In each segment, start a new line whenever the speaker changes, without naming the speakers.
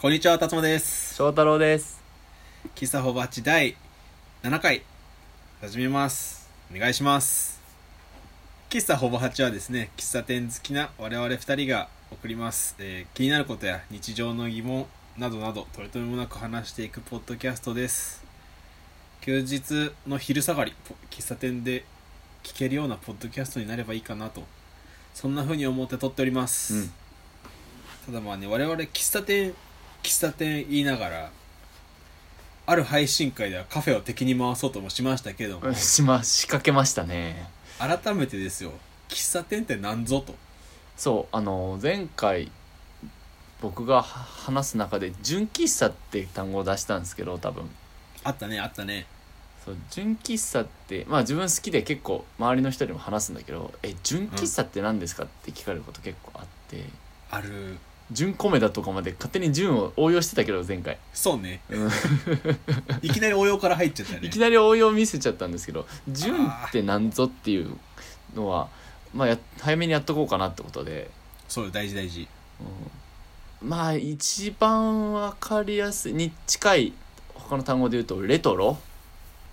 こんにちは、辰馬です。
翔太郎です
喫茶ホバッチ第7回、始めます。お願いします。喫茶ホバッチはですね、喫茶店好きな我々2人が送ります、えー気になることや日常の疑問などなど、とりとめもなく話していくポッドキャストです。休日の昼下がり、ポ喫茶店で聞けるようなポッドキャストになればいいかなと、そんな風に思って撮っております。
うん
ただまあね我々喫茶店喫茶店言いながらある配信会ではカフェを敵に回そうともしましたけども
しま仕掛けましたね
改めてですよ喫茶店って何ぞと
そうあの前回僕がは話す中で「純喫茶」って単語を出したんですけど多分
あったねあったね
そう純喫茶ってまあ自分好きで結構周りの人にも話すんだけど「え純喫茶って何ですか?」って聞かれること結構あって
ある
「純米だ」とかまで勝手に「純」を応用してたけど前回、
そうね
うん
いきなり応用から入っちゃったよ
い
ね
きなり応用見せちゃったんですけど「純」って何ぞっていうのはまあや早めにやっとこうかなってことで
そうよ大事大事
うんまあ一番わかりやすいに近い他の単語で言うとレトロ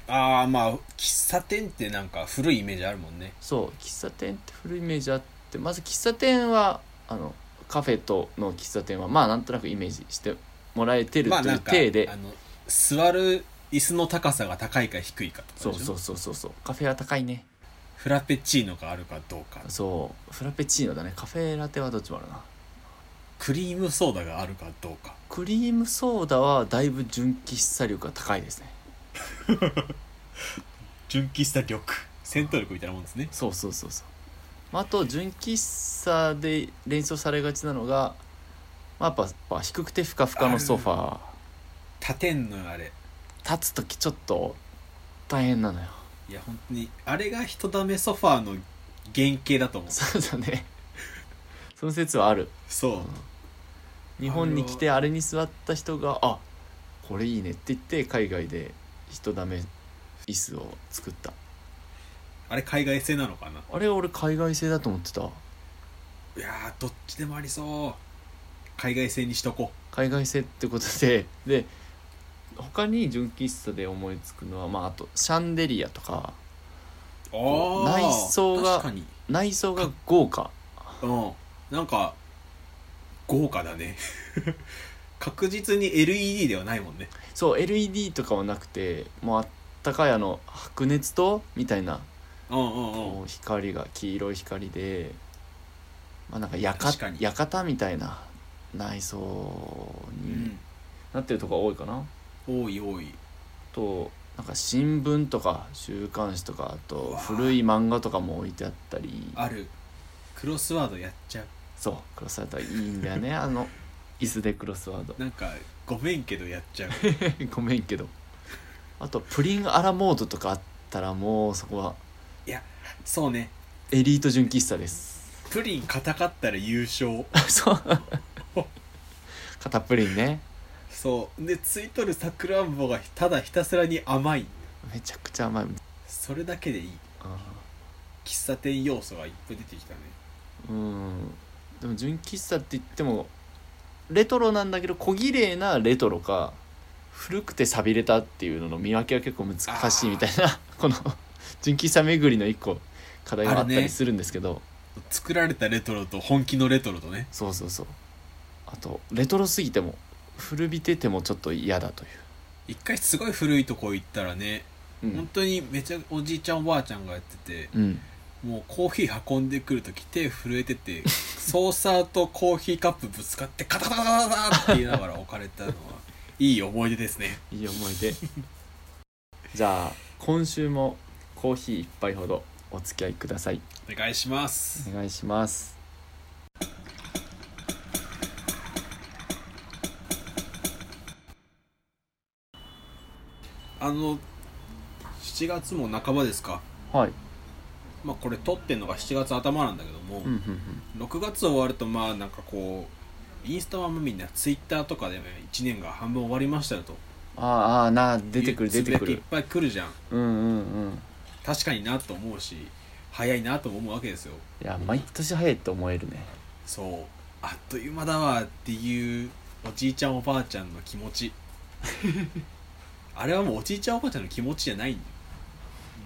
ああまあ喫茶店ってなんか古いイメージあるもんね
そう喫茶店って古いイメージあってまず喫茶店はあのカフェとの喫茶店はまあなんとなくイメージしてもらえてる
まあ
とい
な
うん
か
体で、
あの座る椅子の高さが高いか低いかとかでし
そ
ょ
うそうそうそうそうカフェは高いね
フラペチーノがあるかどうか
そうフラペチーノだねカフェラテはどっちもあるな
クリームソーダがあるかどうか
クリームソーダはだいぶ純喫茶力が高いですね
純喫茶力戦闘力みたいなもんですね
そうそうそうそうまああと純喫茶で連想されがちなのが、まあ、やっぱやっぱ低くてふかふかのソファー
立てんのよあれ
立つ時ちょっと大変なのよ
いや本当にあれが人だめソファーの原型だと思う
そうだねその説はある
そう
日本に来てあれに座った人があこれいいねって言って海外で人だめ椅子を作った
あれ海外製なのかな
あれ俺海外製だと思ってた
いやーどっちでもありそう海外製にしとこ
海外製ってことでで他に純喫茶で思いつくのは、まあ、あとシャンデリアとか
うああ
内装が
確かに
内装が豪華
うんなんか豪華だね 確実に LED ではないもんね
そう LED とかはなくてもうあったかいあの白熱灯みたいな
うんうんうん
こう光が黄色い光で、まあ、なんかやか
確かに
館みたいな内装
う
に
ん
なってるとこが多いかな、
多い多い
となんか新聞とか週刊誌とかあ
う
と
わ
古い漫画とかも置いてあったり
あるクロスワードやっちゃう
そうクロスワードいいんだ よねあの椅子でクロスワード
なんかごめんけどやっちゃう
ごめんけどあとプリンアラモードとかあったらもうそこは
そうね
エリート純喫茶です
プリン硬かったら優勝
そう 片プリンね
そうでついとるさくらんぼがただひたすらに甘い
めちゃくちゃ甘いうん
それだけでいい喫茶店要素がいっぱい出てきたね
うんでも純喫茶って言ってもレトロなんだけど小綺麗なレトロか古くて寂れたっていうのの見分けは結構難しいみたいなこの純喫茶巡りの一個課題があったりするんですけど、
作られたレトロと本気のレトロとね
そうそうそうあとレトロすぎても古びててもちょっと嫌だとい
一回すごい古いとこ行ったらね、
うう
本
ん、
当にめちゃおじいちゃんおばあちゃんがやってて
うん、
もうコーヒー運んでくるとき手震えてて ソーサーとコーヒーカップぶつかってカタカタカタカタって言いながら置かれたのは いい思い出ですね
いい思い出じゃあ今週もコーヒー一杯ほどお付き合いください
お願いします
お願いします
あの7月も半ばですか、
はい
まあ、これ撮ってんのが7月頭なんだけども、
うんうん
6月終わるとまあなんかこうインスタはもうみんなツイッターとかで1年が半分終わりましたよと
うんあーあーな出てく
い
る
う
出て
つ
く
ぶやきい
る
っぱい来るじゃん
うんうんうん
確かになと思うし早いなとも思うわけですよ
いや毎年早いって思えるね
そうあっという間だわっていうおじいちゃんおばあちゃんの気持 ちあれはもうおじいちゃんおばあちゃんの気持ちじゃないんだよ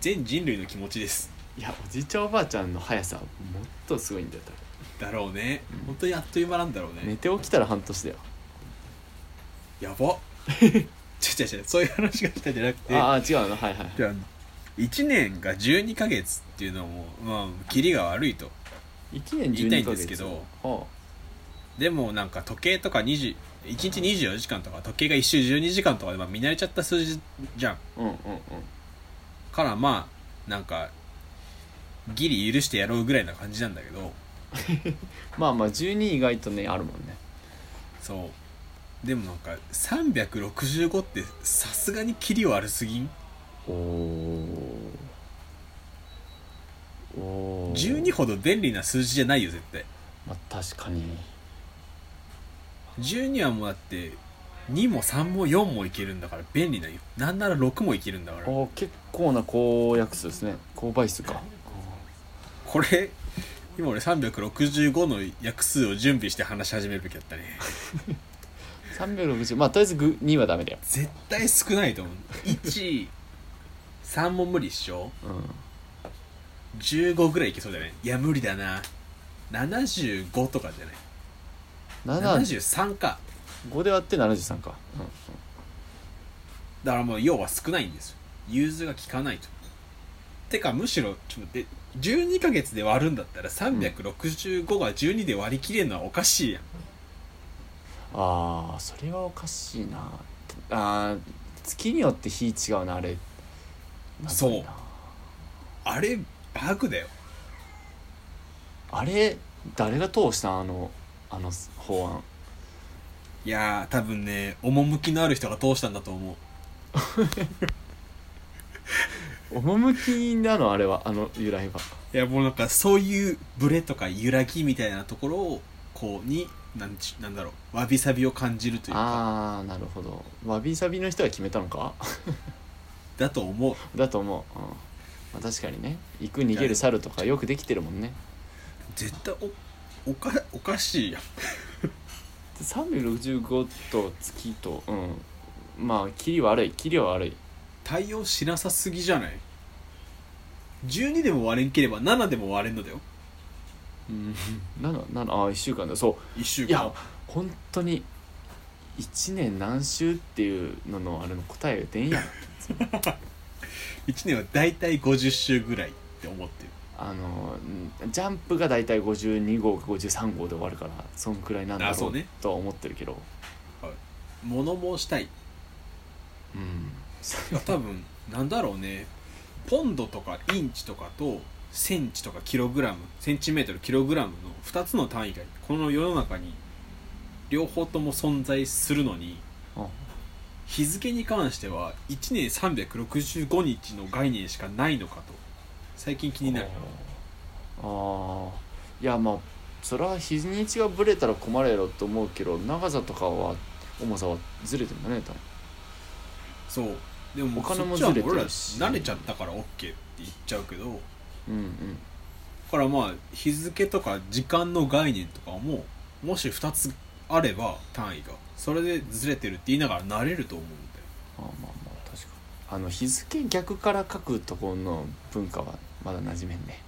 全人類の気持ちです
いやおじいちゃんおばあちゃんの速さはもっとすごいんだよ多
だろうね、
うん
本当にあっという間なんだろうね
分寝て起きたら半年だよ
やば違う違う違うそういう話がしたんじゃなくて
ああ違うのはいはいはい
であの1年が12ヶ月っていうのもまあキリが悪いと
1年
言いたい
12
ん
ヶ
です
月
けど
は
でもなんか時計とか20 1日24時間とか時計が1周12時間とかでまあ見慣れちゃった数字じゃん
あうんうんうん
からまあなんかギリ許してやろうぐらいな感じなんだけど
まあまあ12意外とねあるもんね
そうでもなんか365ってさすがにキリ悪すぎん
おおおー
12ほど便利な数字じゃないよ絶対
まあ確かに
12はもうだって2も3も4もいけるんだから便利なんよなんなら6もいけるんだか
あ
ら
ー結構な公約数ですね購買数か
これ今俺365の約数を準備して話し始めるべきだったね
360まあとりあえずぐ2はダメだよ
絶対少ないと思う13も無理っしょ
う
15ぐらいいけそうじゃないいや無理だな75とかじゃない
ん75
73か
で割って73か、うん
だからもう要は少ないんですよ融通が効かないとてかむしろちょっと待って12ヶ月で割るんだったら365が12で割り切れるのはおかしいやん
ああそれはおかしいなあー月によって日違うなあれ
そうあれバグだよ
あれ誰が通したんあのあの法案
いやー多分ね趣のある人が通したんだと思う
趣なのあれはあの由来はい
やもうなんかそういうブレとか揺らぎみたいなところをこうになんちなんだろうわびさびを感じるというか
ああなるほどわびさびの人が決めたのか
だと思う
だと思う、うんまあ、確かにね行く逃げる猿とかよくできてるもんね
絶対おおかおかしいやん
で365と月とうんまあキリ悪いキリは悪い
対応しなさすぎじゃない12でも割れんければ7でも割れんのだよ
うん7 7ああ1週間だそう
1週間
いや本当に1年何週っていうののあれの答えが出んやん
1年は大体50週ぐらいって思ってる
あのうんジャンプが大体52号か53号で終わるからそんくらいなんだ
あ
ろ
そううね
とは思ってるけど
物申したい
うん
いや多分なんだろうねポンドとかインチとかとセンチとかキログラムセンチメートルキログラムの2つの単位がこの世の中に両方とも存在するのに
あ
日付に関しては1年365日の概念しかないのかと最近気になる
あーいやまあそれは日にちがぶれたら困るやろと思うけど長さとかは重さはずれてんだね多分
そうでも
お金も
そっちは
ずれて
俺ら
るし
慣れちゃったから OK って言っちゃうけど
うん
だからまあ日付とか時間の概念とかももし2つあれば単位がそれでずれてるって言いながら慣れると思うんだよ
うんあーまあまあ確かにあの日付逆から書くところの文化はまだ馴染めんね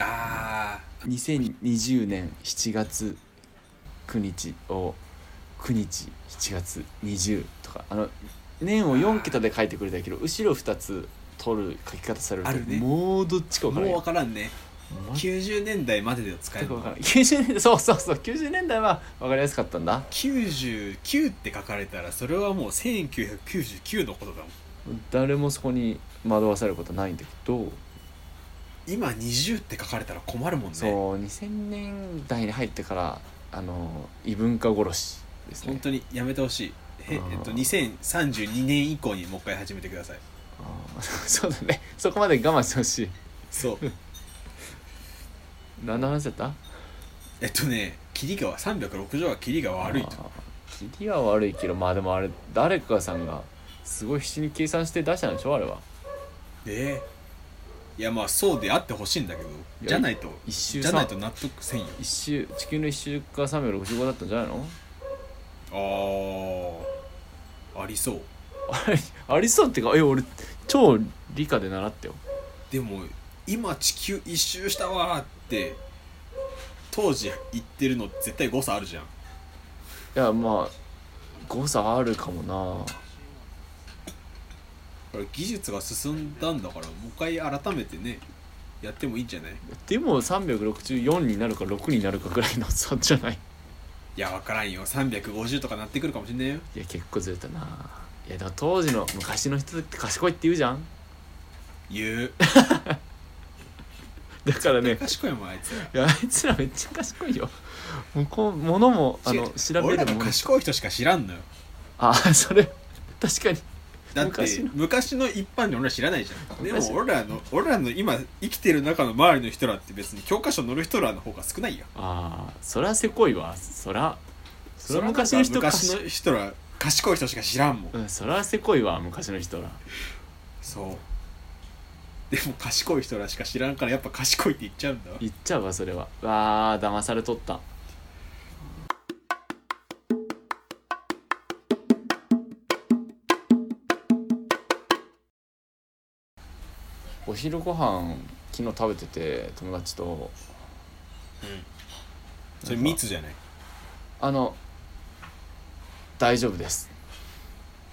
あ
2020年7月9日を9日7月20とかあの年を4桁で書いてくれたけど後ろ2つ取る書き方されると
あるね
もうどっちか
あ
分か
もう
らない
分からんね90年代までで使え
全
る
く分
の
からない90年代 そうそうそう90年代は分かりやすかったんだ
99って書かれたらそれはもう1999のことだもん
誰もそこに惑わされることはないんだけど、
今20って書かれたら困るもんね
そう2000年代に入ってからあの異文化殺しですね
本当にやめてほしいへえ
あー
っと2032年以降にもう一回始めてください
あー そうだねそこまで我慢してほしい
そう
何の話だった
えっとねキリが360はキリが悪いと
あー切りは悪いけどまあでもあれ誰かさんがすごい必死に計算して出したんでしょあれは
ええいやまあそうであってほしいんだけど
や
じゃないと
一周
じゃない
三
と納得せんよ
一周地球の一周が365だったんじゃないの
ああありそう
あれありそうっていうかえ俺超理科で習ったよ
でも今地球一周したわーって当時言ってるの絶対誤差あるじゃん
いやまあ誤差あるかもな
これ技術が進んだんだからもう一回改めてねやってもいいんじゃない
でも364になるか6になるかぐらいの差じゃない
いや分からんよ350とかなってくるかもしんないよ
いや結構ずれたないやでも当時の昔の人って賢いって言うじゃん
言う
だから ね
賢いもんあいつら
いやあいつらめっちゃ賢いよもうこう物もあの
し
調べ
俺ら
る
が
もの
賢い人しか知らんのよ
あそれ確かに
だって
昔
昔
の
の一般人俺ら知らないじゃんで
昔
も俺らの俺らの今生きてる中の周りの人らって別に教科書載る人らの方が少ないよ
ああそらせこいわそらそら
れは
昔の人か
昔の人ら賢い人しか知らんもん
うんそらせこいわ昔の人ら
そうでも賢い人らしか知らんからやっぱ賢いって言っちゃうんだわ
言っちゃうわそれはわあ騙されとったお昼ご飯昨日食べてて友達と
それ密じゃない
あの大丈夫です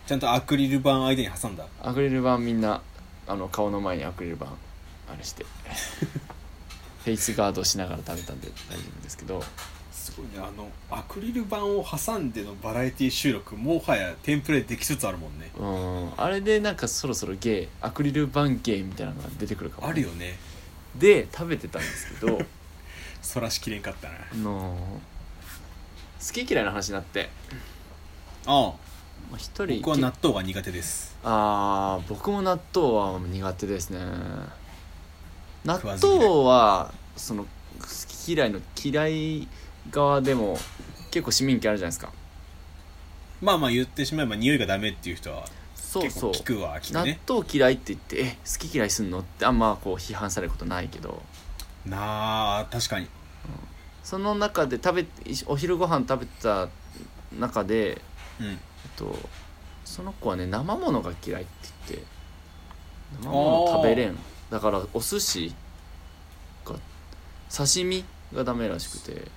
ちゃんとアクリル板間に挟んだ
アクリル板みんなあの顔の前にアクリル板あれして フェイスガードしながら食べたんで大丈夫ですけど
すごいねあのアクリル板を挟んでのバラエティ収録もはやテンプレできつつあるもんね
うんあれでなんかそろそろ芸アクリル板芸みたいなのが出てくるかも
あるよね
で食べてたんです けど
そらしきれんかったな
あの好き嫌いの話になって
ああ
まあ一人
僕は納豆が苦手です
あー僕も納豆は苦手ですね納
食わず嫌い
豆はその好き嫌いの嫌い側でも結構市民権あるじゃないですか
まあまあ言ってしまえば匂いがダメっていう人は
そう
結
そう
構聞くわ聞く
納
ね
豆嫌いって言って「え好き嫌いすんの?」ってあんまこう批判されることないけど
なあ確かに
その中で食べお昼ご飯食べてた中で
うん
えっとその子はね生ものが嫌いって言って生もの食べれんだからお寿司が刺身がダメらしくて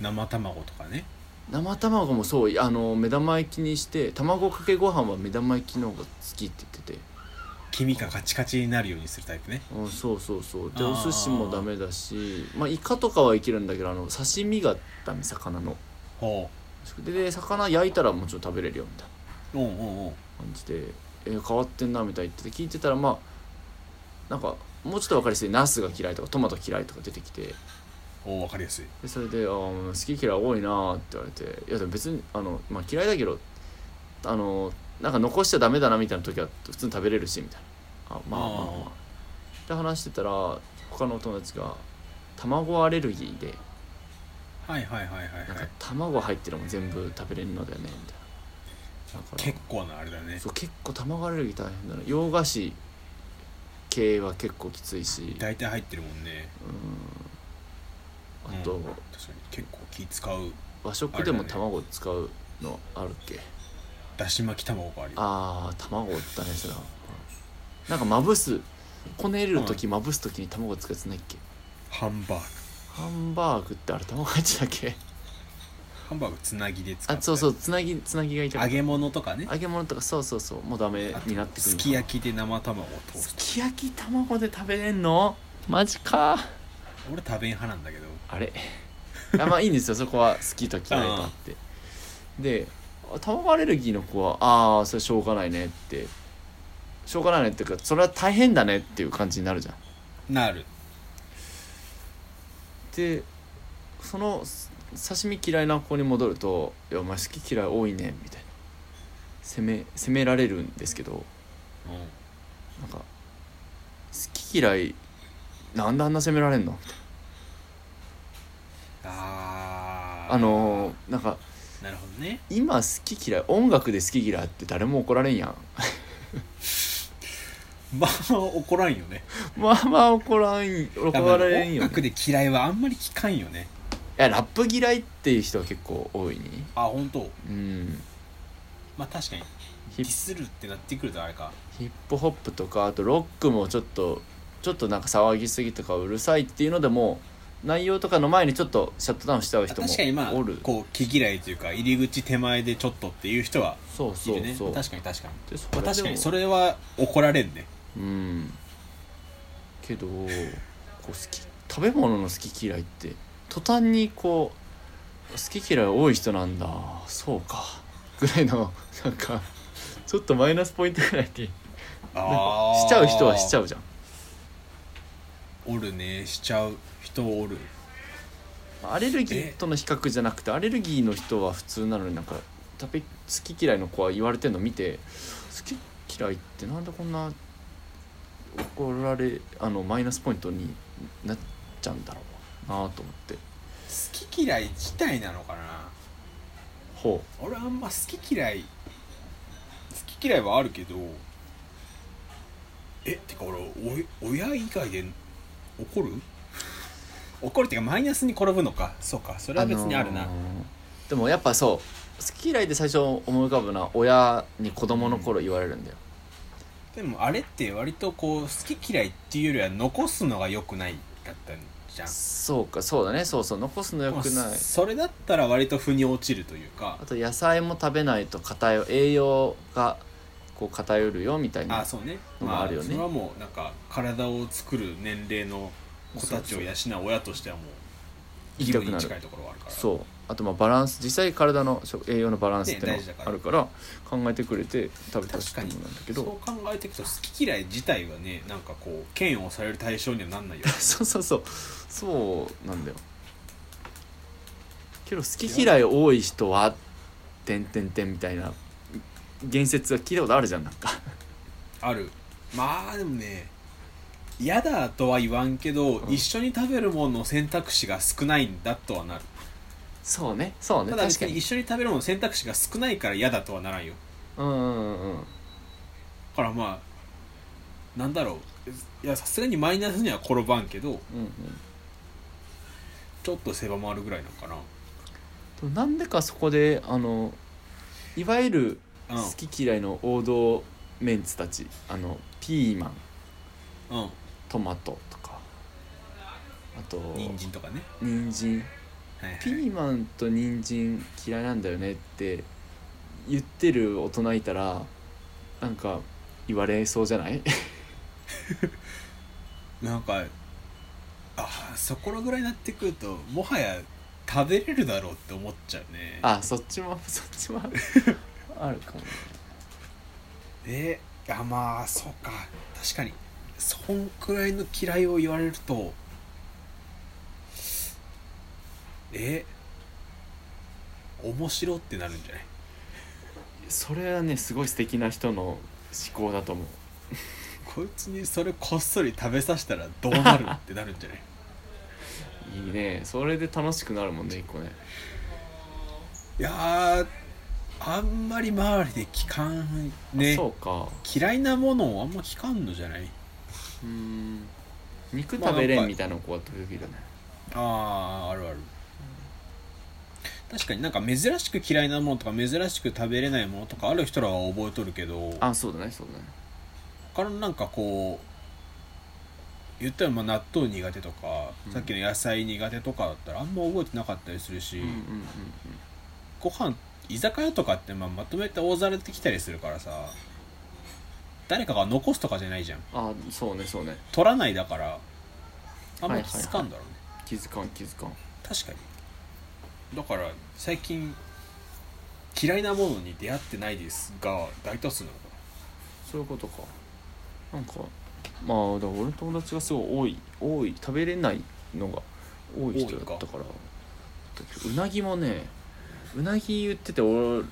生卵とかね
生卵もそうあの目玉焼きにして卵かけご飯は目玉焼きの方が好きって言ってて、
黄身がカチカチになるようにするタイプね
うん、そうそうそうで
あー
お寿司もダメだしまあイカとかはいけるんだけどあの刺身がダメ魚の
ほ
でで魚焼いたらもちろん食べれるよみたいな
ううんうんうん
感じで「えー変わってんな」みたいに言ってて聞いてたらまあなんかもうちょっと分かりやすいナスが嫌いとかトマト嫌いとか出てきて
お分かりやすい
でそれで「あー好き嫌い多いな」って言われて「いやでも別にあの、まあ、嫌いだけどあのなんか残しちゃダメだなみたいな時は普通に食べれるしみたいなあまあまあま
あ
あって話してたら他のお友達が卵アレルギーで
はいはいはいはいは
なんか
い
卵入ってるのも全部食べれるのだよねみたいなだから
結構なあれだね
そう結構卵アレルギー大変だな洋菓子系は結構きついし
大体入ってるもんね
あと、
うん確かに結構気使う
和食でも
あれだね
卵使うのあるっけ
だし巻き卵があるよ
ああ卵だねそれはなんかまぶすこねる時まぶす時に卵使うやつないっけ
ハンバーグ
ハンバーグってあれ卵入ってたっけ
ハンバーグつなぎで使
あそうそううつなぎつなぎがいたか
揚
ら
げ物とかね
揚げ物とかそうそうそうもうダメになってくる
す
のか
き焼きで生卵をトース
すき焼き卵で食べれんのマジか
ト俺食べん派なんだけど
あれ あまあいいんですよそこは好きと嫌いとあってで卵アレルギーの子はああそれしょうがないねってしょうがないねっていうかそれは大変だねっていう感じになるじゃん
なる
でその刺身嫌いな子に戻ると「いやお前好き嫌い多いね」みたいな責め責められるんですけど
うん
なんか「好き嫌いなんであんな責められんの?」
あー
あのーなんか
なるほどね
今好き嫌い音楽で好き嫌いって誰も怒られんやん
まあ怒らんよね
まあまあ怒らん怒られんよ、
多分音楽
ね、
で嫌いはあんまり聞かんよね
やラップ嫌いっていう人は結構多いね
あ本当
うん
まあ確かに
ヒ
ディ
ッ
スるってなってくるとあれか
ヒップホップとかあとロックもちょっとちょっとなんか騒ぎすぎとかうるさいっていうのでもう内容とかの前にちょっとシャットダウンしちゃう人も
確かにまあ
おる、
こう毛嫌いというか入り口手前でちょっとっていう人は
そう
い
そう
るね
そう
確かに確かに、
でそ
まあ、
れでも
確かにそれは怒られんね
うんけどこう好き食べ物の好き嫌いって途端にこう好き嫌い多い人なんだそうかぐらいのなんかちょっとマイナスポイントぐらいになんかしちゃう人はしちゃ
う
うじゃん
おるねしちゃう人おる
アレルギーとの比較じゃなくてアレルギーの人は普通なのになんか食べ好き嫌いの子は言われてるの見て好き嫌いってなんでこんな怒られあのマイナスポイントになっちゃうんだろうなと思って
好き嫌い自体なのかな
ほ
俺あんま好き嫌い好き嫌いはあるけどえってか俺お親以外で怒る 怒るっていうかマイナスに転ぶのかそうかそうれは別にあるな、
のーでもやっぱそう好き嫌いで最初思い浮かぶのは親に子供の頃言われるんだよ、
でもあれって割とこう好き嫌いっていうよりは残すのが良くないだったんじゃん
そうかそうだねそうそう残すのよく
ま
な
あ
い
それだったら割と腑に落ちるというか
あと野菜も食べないと偏栄養がこう偏るよみたい
あ
な
そうね
のも
まあ
あるよね
それはもうなんか体を作る年齢の子たちを養う親としてはもう義
痛く
務
な
に
る
近いところはあるから
そうあとまあバランス実際体の食栄養のバランスっての
ね大事だから
あるから考えてくれて食べた
確かに
ものなんだけ
そう
ど
考えていくと好き嫌い自体がねなんかこう嫌悪される対象には なんないよ
そうそうそうそうなんだよけど好き嫌い多い人は「てんてんてん」みたいな言説は聞いたことあるじゃんなんか
あるまあでもね嫌だとは言わんけど、
うん
一緒に食べるものの選択肢が少ないんだとはなる
そうねそうね
ただ
確
別
か
に
に
一緒に食べるものの選択肢が少ないから嫌だとはならんよ
うんうんうんうん
だからまあなんだろういやさすがにマイナスには転ばんけど
うんうん
ちょっと狭まるぐらいなのか
でもなんでかそこであのいわゆる
なうん
好き嫌いの王道メンツたちあのピーマン
うん
トマトとかあと
人参とかね、
人参
はいはい
ピーマンと人参嫌いなんだよねって言ってる大人いたらなんか言われそうじゃない
なんかあそこらぐらいになってくるともはや食べれるだろうって思っちゃうね
あそっちもそっちも あるかもね
えーあまあそうか確かにそんくらいの嫌いを言われるとえー面白ってなるんじゃない
それはねすごい素敵な人の思考だと思う
こいつにそれこっそり食べさせたらどうなるってなるんじゃない
いいねそれで楽しくなるもんね一個ね
いやーあんまり周りで聞かん
あ
ね
そうか
嫌いなものをあんま聞かんのじゃないう
ーん肉
まあ
食べれ
なん
ん
か
みたいな子は時々だね
あああるある確かになんか珍しく嫌いなものとか珍しく食べれないものとかある人らは覚えとるけど
あそうだねそうだね
からなんかこう言ったらまあ納豆苦手とか、
うん
さっきの野菜苦手とかだったらあんま覚えてなかったりするし、
うんうんうんうん
ご飯居酒屋とかってまあまとめて大皿で来たりするからさ誰かが残すとかじゃないじゃん
あそうねそうね
取らないだからあんまり気づかんだろうね、
気づかん気づかん
確かにだから最近嫌いなものに出会ってないですが大多数なのか
そういうことかなんかまあだから俺の友達がすごい多い多い食べれないのが多い人だったからうなぎもねうなぎ言ってて俺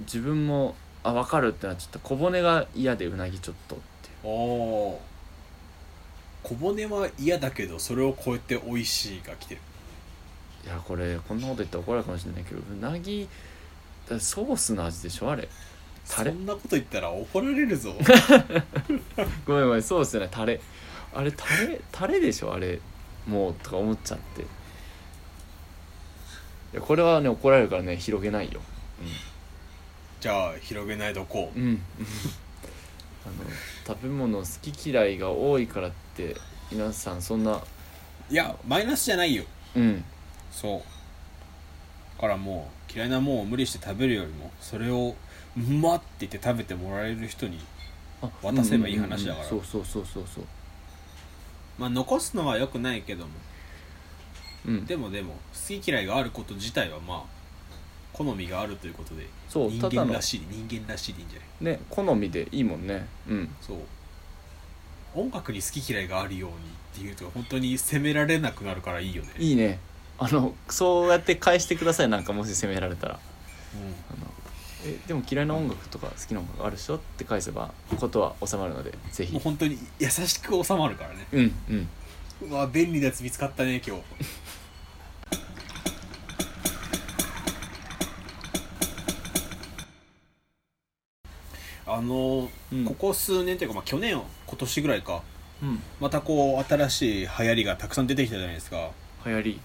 自分もあ分かるってなっちゃった小骨が嫌でうなぎちょっとっていう
なお小骨は嫌だけどそれを超えて美味しいが来てる
いやこれこんなこと言ったら怒られるかもしれないけどうなぎだからソースの味でしょあれ
そ
タレ
んなこと言ったら怒られるぞ
ごめんごめんソースじゃないタレあれタレタレでしょあれもうとか思っちゃっていやこれはね怒られるからね広げないよ
じゃあ広げないとこ
うん あの食べ物好き嫌いが多いからって皆さんそんな
ういやマイナスじゃないよ
うん
そうだからもう嫌いなもんを無理して食べるよりもそれを「うまっ!」って言って食べてもらえる人に
あ
渡せばいい話だから
うんうんうんそうそうそうそうそう
まあ残すのは良くないけども
うん
でもでも好き嫌いがあること自体はまあ好みがあるということで
そう
人
ただ
間
の
らしい人間らしいでいいんじゃない
ね好みでいいもんねうん
そう音楽に好き嫌いがあるようにっていうと本当に責められなくなるからいいよね
いいねあのそうやって返してくださいなんかもし責められたら
うん
あのえでも嫌いな音楽とか好きな音楽あるでしょって返せばことは収まるのでぜ
も
ひ
う本当に優しく収まるからね
うんうん
うわ便利なやつ見つかったね今日あの
うん
ここ数年というか、まあ、去年今年ぐらいか
うん
またこう新しい流行りがたくさん出てきたじゃないですか
流行り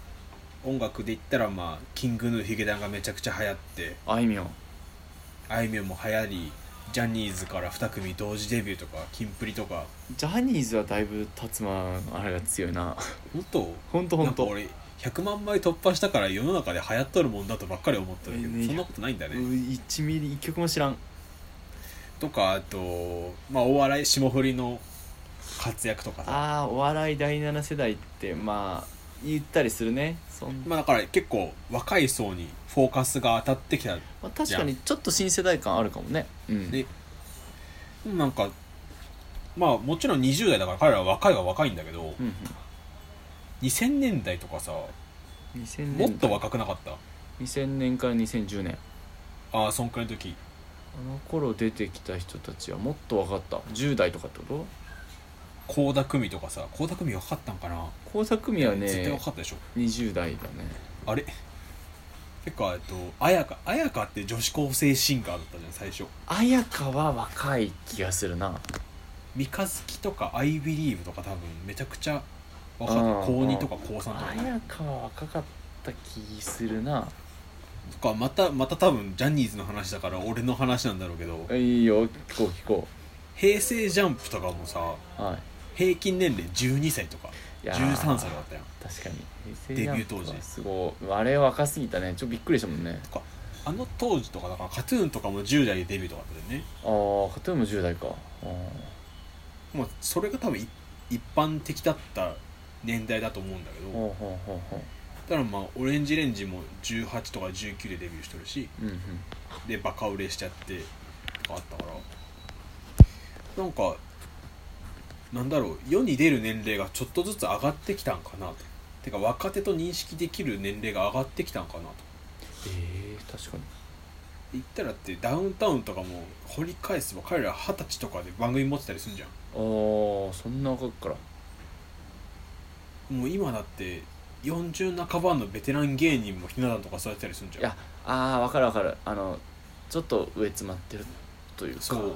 音楽で言ったらまあキングヌーヒゲダンがめちゃくちゃ流行って
あいみょん
あいみょんも流行りジャニーズから2組同時デビューとかキンプリとか
ジャニーズはだいぶ達馬あれが強いな
本当
ほんとほ
なんんか
と
俺100万枚突破したから世の中で流行っとるもんだとばっかり思ったんだけど、
ええね
そんなことないんだ
う
ね、
1ミリ1曲も知らん
とかあと、まあ、お笑い霜降りの活躍とかさ
あーお笑い第7世代ってまあ言ったりするねそん、ま
まあだから結構若い層にフォーカスが当たってきた
あ、確かにちょっと新世代感あるかもねうん
でなんかまあもちろん20代だから彼らは若いは若いんだけど、
うん
2000年代とかさ
うん、2000
もっ
年
と若くなかった
2000年から2010年
ああそんくらいの時
あの頃出てきた人たちはもっと分かった10代とかってこ
倖田來未とかさ倖田來未若かったんかな、
と工作組は
絶対
ね
若かったでしょ
20代だね
あれてかえっと綾香綾香って女子高生シンガーだったじゃん最初
綾香は若い気がするな
三日月とかアイビリーブとか多分めちゃくちゃ若か
うん
った高2とか高3とか
綾香は若かった気するな
とかまたまた多分ジャニーズの話だから俺の話なんだろうけど
いいよ聞こう聞こ
平成ジャンプとかもさ
うはい
平均年齢12歳とか
いやー
13歳だったやん
確かに
デビュー当時
すごいあれ若すぎたねちょっとびっくりしたもんね
あの当時とかだからカトゥーンとかも10代でデビューとかだったよね
ああカトゥーンも10代かあ
もうそれが多分い一般的だった年代だと思うんだけ
ー
ど
ほうほうほうほ
だからまあオレンジレンジも18とか19でデビューしてるし
ううんうん
でバカ売れしちゃってとかあったからなんかなんだろう世に出る年齢がちょっとずつ上がってきたんかなとてか若手と認識できる年齢が上がってきたんかなと
えー、確かに
言ったらってダウンタウンとかも掘り返せば彼ら二十歳とかで番組持ってたりするじゃ
ああそんな若くから
んもう今だって40半ばのベテラン芸人もひな壇とか座ってたりするじゃん
いやあー分かる分かるあのちょっと上詰まってるというか
そう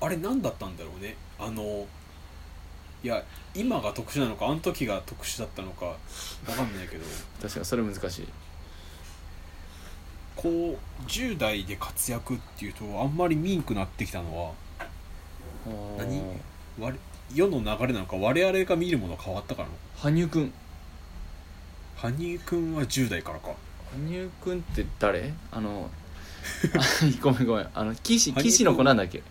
あれ何だったんだろうねあのいや今が特殊なのかあの時が特殊だったのかわかんないけど
確かにそれ難しい
こう10代で活躍っていうとあんまりミンクなってきたのは何我世の流れなのか我々が見るもの変わったからな
羽生くん
羽生くんは10代からか
羽生くんって誰 あのあごめんごめんあの岸
羽生くん
岸の子なんだっけ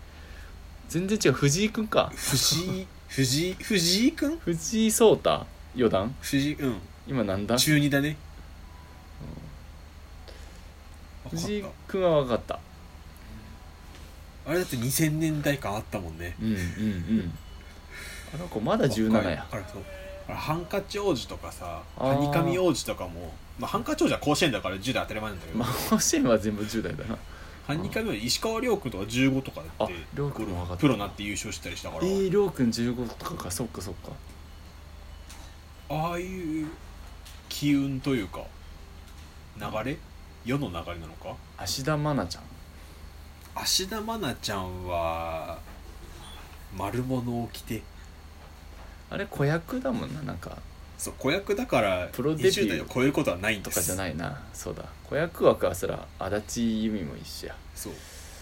全然違う藤井くんか
藤井藤井藤井くん
藤井聡太四段
藤井うん
今なんだ
中2だねわかっ
藤井くんは分かった
たあれだって2000年代感あったもんね
うんうんうんあの子まだ17や
若いからそうあれハンカチ王子とかさ
あー
ハニカミ王子とかも、まあ、ハンカチ王子は甲子園だから10代当たり前なんだけど、
まあ甲子園は全部10代だな
ハニカミ王子石川遼君とか15とかだって
あ遼君も上がった
プロになって優勝したりしたから、
えー、りょうくん15とかかそっかそっか
ああいう機運というか流れ世の流れなのか
芦田愛菜ちゃん
芦田愛菜ちゃんは丸物を着て
あれ子役だもんななんか
そう子役だから
プロデビュー
20代を超えることはないん
と
です
かじゃないなそうだ子役枠はそら足立由美も一緒や
そう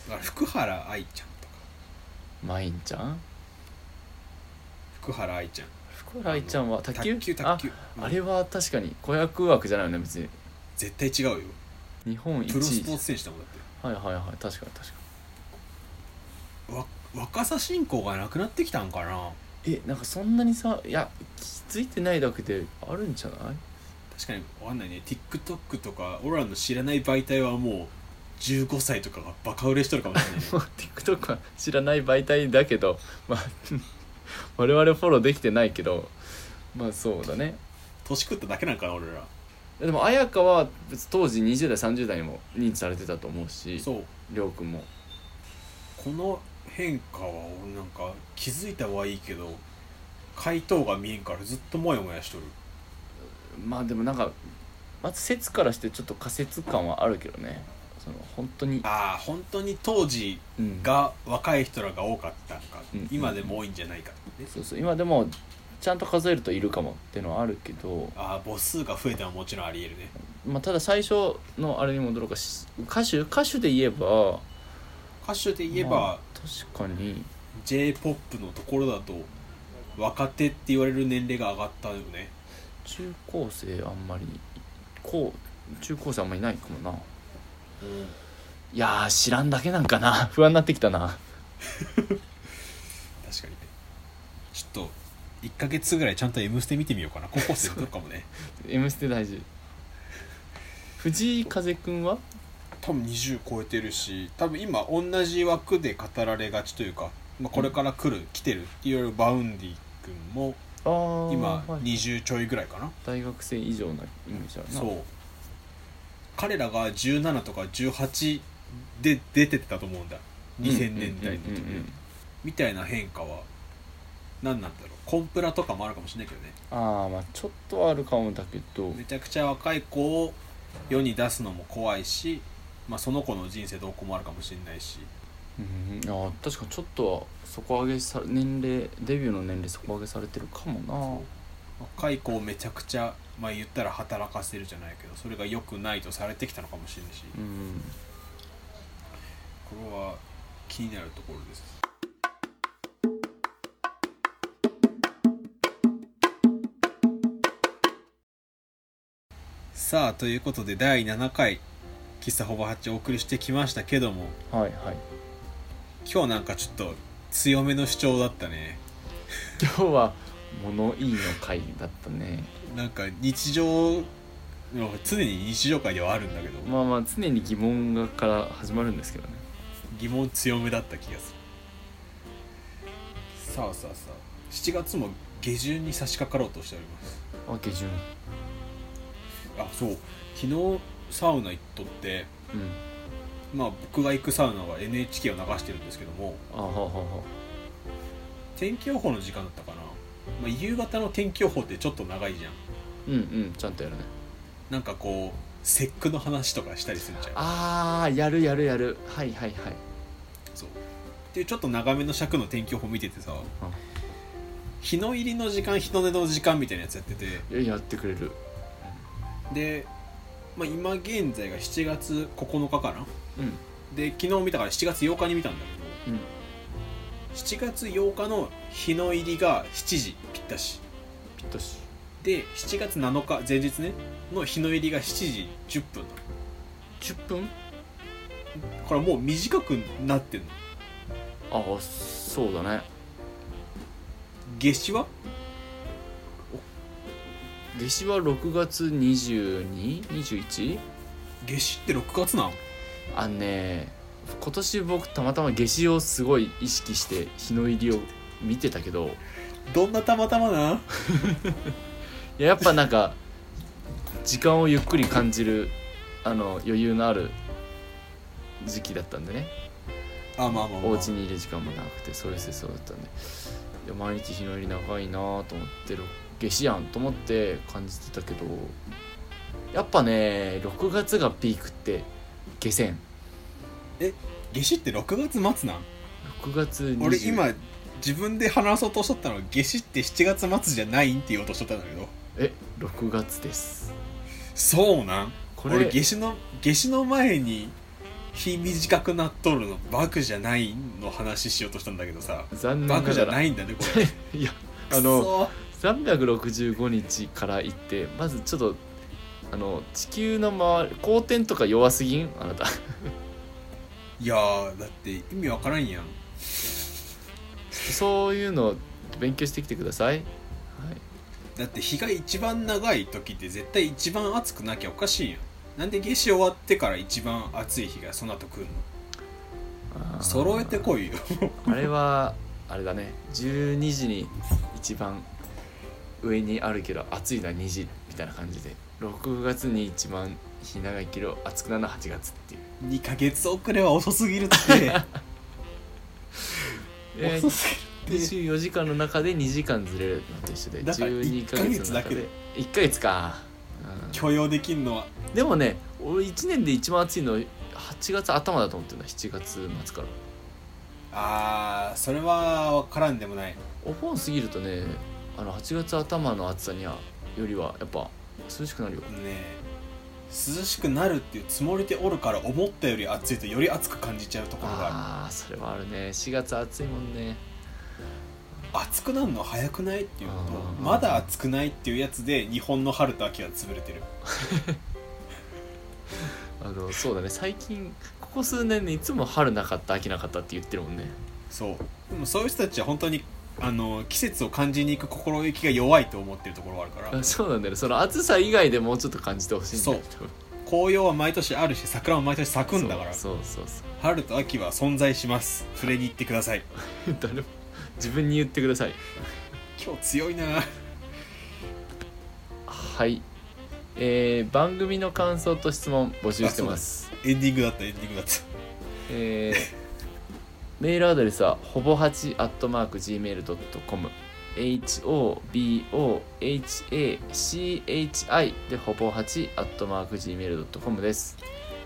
だから福原愛ちゃんとか
マインちゃん
福原愛ちゃん
福原愛ちゃんは卓球
卓球卓球
ああれは確かに子役枠じゃないよね別に
絶対違うよ
日本一
プロス
位
ポーツ選手だもんだって
はいはいはい確かに確か
わ若さ信仰がなくなってきたんかな
にえなんかそんなにさいや気づいてないだけであるんじゃない
確かにわかんないね TikTok とか俺らの知らない媒体はもう15歳とかがバカ売れしとるかもしれないね
もう TikTok は知らない媒体だけど、 まあ、我々フォローできてないけどまあそうだね
年食っただけなんかな俺ら
でも綾香は別に当時20代30代にも認知されてたと思うし
そう
亮君も
この変化は俺なんか気づいたはいいけど回答が見えんからずっとモヤモヤしとる
まあでもなんかまず説からしてちょっと仮説感はあるけどねその本当に、
ああ本当に当時
うん、
が若い人らが多かったんか、
うん
今でも多いんじゃないかってね、
そうそう今でもちゃんと数えるといるかもっていうのはあるけど、
ああ母数が増えたのはもちろんありえるね
まあ、ただ最初のあれに戻ろうかし歌手歌手で言えば
歌手で言えば、
まあ確かに
j p o p のところだと若手って言われる年齢が上がったよね
中高生あんまりこう中高生あんまりいないかもな
うん
いやー知らんだけなんかな 不安になってきたな
確かにねちょっと1ヶ月ぐらいちゃんと「M ステ」見てみようかな高校生とかもね
「M ステ」大事藤井風くんは
多分20超えてるし多分今同じ枠で語られがちというか、まあ、これから来る、来てるっていうバウンディ君も
あー
今
はい
20ちょいぐらいかな、
大学生以上なイメージあるな
そう彼らが17とか18で出てたと思うんだ2000年代の時
うんうんうんうんうん
みたいな変化は何なんだろうコンプラとかもあるかもしれないけどね
ああまあちょっとはあるかもだけど
めちゃくちゃ若い子を世に出すのも怖いし、まあ、その子の人生どうこうもあるかもしれないし
うんあー確かにちょっとは底上げさ年齢デビューの年齢底上げされてるかも
若い子をめちゃくちゃ、まあ、言ったら働かせるじゃないけどそれが良くないとされてきたのかもしれないし
なうん
これは気になるところですさあということで第7回「喫茶ほぼ8」お送りしてきましたけども
はいはい
今日なんかちょっと強めの主張だったね
今日は物言いの回だったね
なんか日常の常に日常会ではあるんだけど、
まあまあ常に疑問がから始まるんですけどね
疑問強めだった気がするさあさあさあ7月も下旬に差し掛かろうとしております
あ下旬
あそう昨日サウナ行っとって
うん
まあ僕が行くサウナは NHK を流してるんですけども
あははは
天気予報の時間だったかな、まあ、夕方の天気予報ってちょっと長いじゃん
うんうんちゃんとやるね
なんかこう節句の話とかしたりするじゃん
ああやるやるやるはいはいはい
そうっていうちょっと長めの尺の天気予報見ててさ、日の入りの時間日の出の時間みたいなやつやってて
いややってくれる
で、まあ、今現在が7月9日かな
うん
で昨日見たから7月8日に見たんだけど、
うん
7月8日の日の入りが7時ぴったし
ぴったし
で7月7日前日ねの日の入りが7時10分だ
10分
これもう短くなってんの
ああそうだね
夏至は
夏至は6月 22?21?
夏至って6月なん
あのね今年僕たまたま夏至をすごい意識して日の入りを見てたけど
どんなたまたまなん
いややっぱなんか時間をゆっくり感じるあの余裕のある時期だったんでね
あまあまあまあ
お家にいる時間も長くてそれせそうだったんでいや毎日日の入り長いなと思ってろ夏至やんと思って感じてたけどやっぱね6月がピークって下船
夏至って6月末なん
6月20
俺今自分で話そうとしとったのは夏至って7月末じゃないんって言おうとしとったんだけど
え6月です
そうなん
こ
俺
れ
夏至の夏至の前に日短くなっとるのバグじゃないの話しようとしたんだけどさ
残念な
バ
が
グじゃ
ら
ないんだねこれ
いやあの
くそ
365日から行ってまずちょっとあの地球の周り公転とか弱すぎんあな た
いやーだって意味わからんやん
そういうのを勉強してきてください、はい、
だって日が一番長い時って絶対一番暑くなきゃおかしいやんなんで夏至終わってから一番暑い日がその後来る
あー
の揃えてこいよ
あれはあれだね12時に一番上にあるけど暑いのは2時みたいな感じで6月に一番日長いけど暑くなるのは8月っていう、
2ヶ月遅れは遅すぎる って、
え
遅すぎるって
24時間の中で2時間ずれるのと一緒で
だから
12ヶ月の中で1ヶ月か、う
許容できんのは
ん、でもね俺1年で一番暑いの8月頭だと思ってるな7月末から
あーそれは分からんでもない
お盆過ぎるとねあの8月頭の暑さにはよりはやっぱ涼しくなるよ
ねえ涼しくなるっていうつもりでおるから思ったより暑いとより暑く感じちゃうところがあ
ああそれはあるね4月暑いもんね
る暑くなるの早くないっていうのと
あー
まだ暑くないっていうやつで日本の春と秋は潰れてる
あのそうだね最近ここ数年ねいつも春なかった秋なかったって言ってるもんね
そうでもそういう人たちは本当にあの季節を感じに行く心意気が弱いと思ってるところがあるから
あそうなんだよねその暑さ以外でもうちょっと感じてほしいんだよ
そ紅葉は毎年あるし桜は毎年咲くんだから
そうそうそう
春と秋は存在します触れに行ってください
そう 誰も自分に言ってください
今日強いな
はいえー、番組の感想と質問募集してます
エンディングだったエンディングだった
えーメールアドレスはほぼ8 gmail.com hobohachi でほぼ8 gmail.com です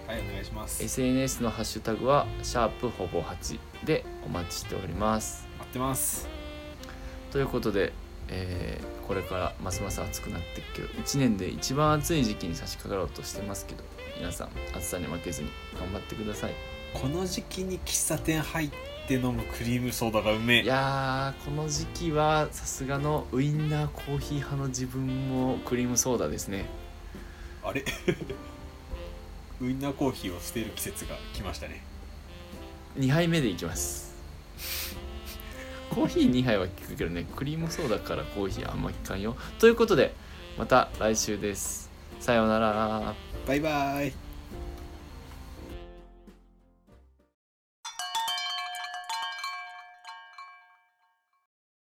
はいお願いします
SNS のハッシュタグはシャープほぼ8でお待ちしております
待ってます
ということで、えーこれからますます暑くなっていくけど1年で一番暑い時期に差し掛かろうとしてますけど皆さん暑さに負けずに頑張ってください
この時期に喫茶店入って飲むクリームソーダがうめえ
いやーこの時期はさすがのウインナーコーヒー派の自分もクリームソーダですね
あれ ウインナーコーヒーを捨てる季節が来ましたね
2杯目でいきます コーヒー2杯は効くけどねクリームソーダからコーヒーあんま効かんよということでまた来週ですさようなら
バイバイ